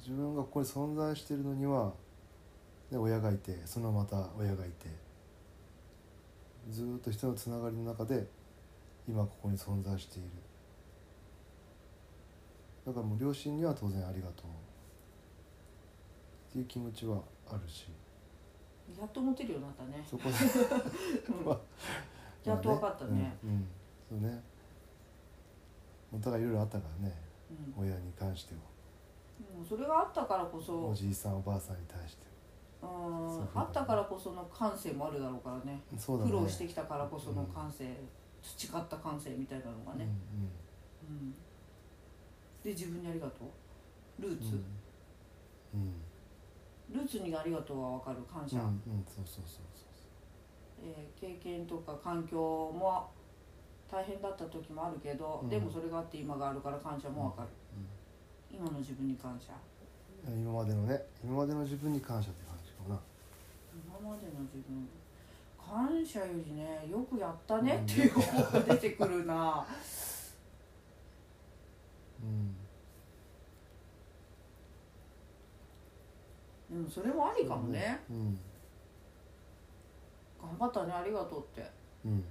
自分がここに存在してるのにはで親がいてそのまた親がいてずーっと人のつながりの中で今ここに存在しているだからもう両親には当然ありがとうっていう気持ちはあるしやっと持てるようになったねそこでう んまあやっと分かったね、うんうんそうねお互いいろいろあったからねうん親に関してもうんそれがあったからこそおじいさんおばあさんに対してうそんういうことだあねったからこその感性もあるだろうからねもそうだね苦労してきたからこその感性、培った感性みたいなのがね、うんで自分にありがとうルーうんツ、うんうんルーツにありがとうは分かる感謝、うんうんそうそうそうそえー経験とか環境も大変だった時もあるけど、うんでもそれがあって今があるから感謝も分かる、今の自分に感謝う、うん、今までのね今までの自分に感謝って感じかな今までの自分感謝よりねよくやったねっていう思いが出てくるなうんでもそれもありかもねうん頑張ったねありがとうってうん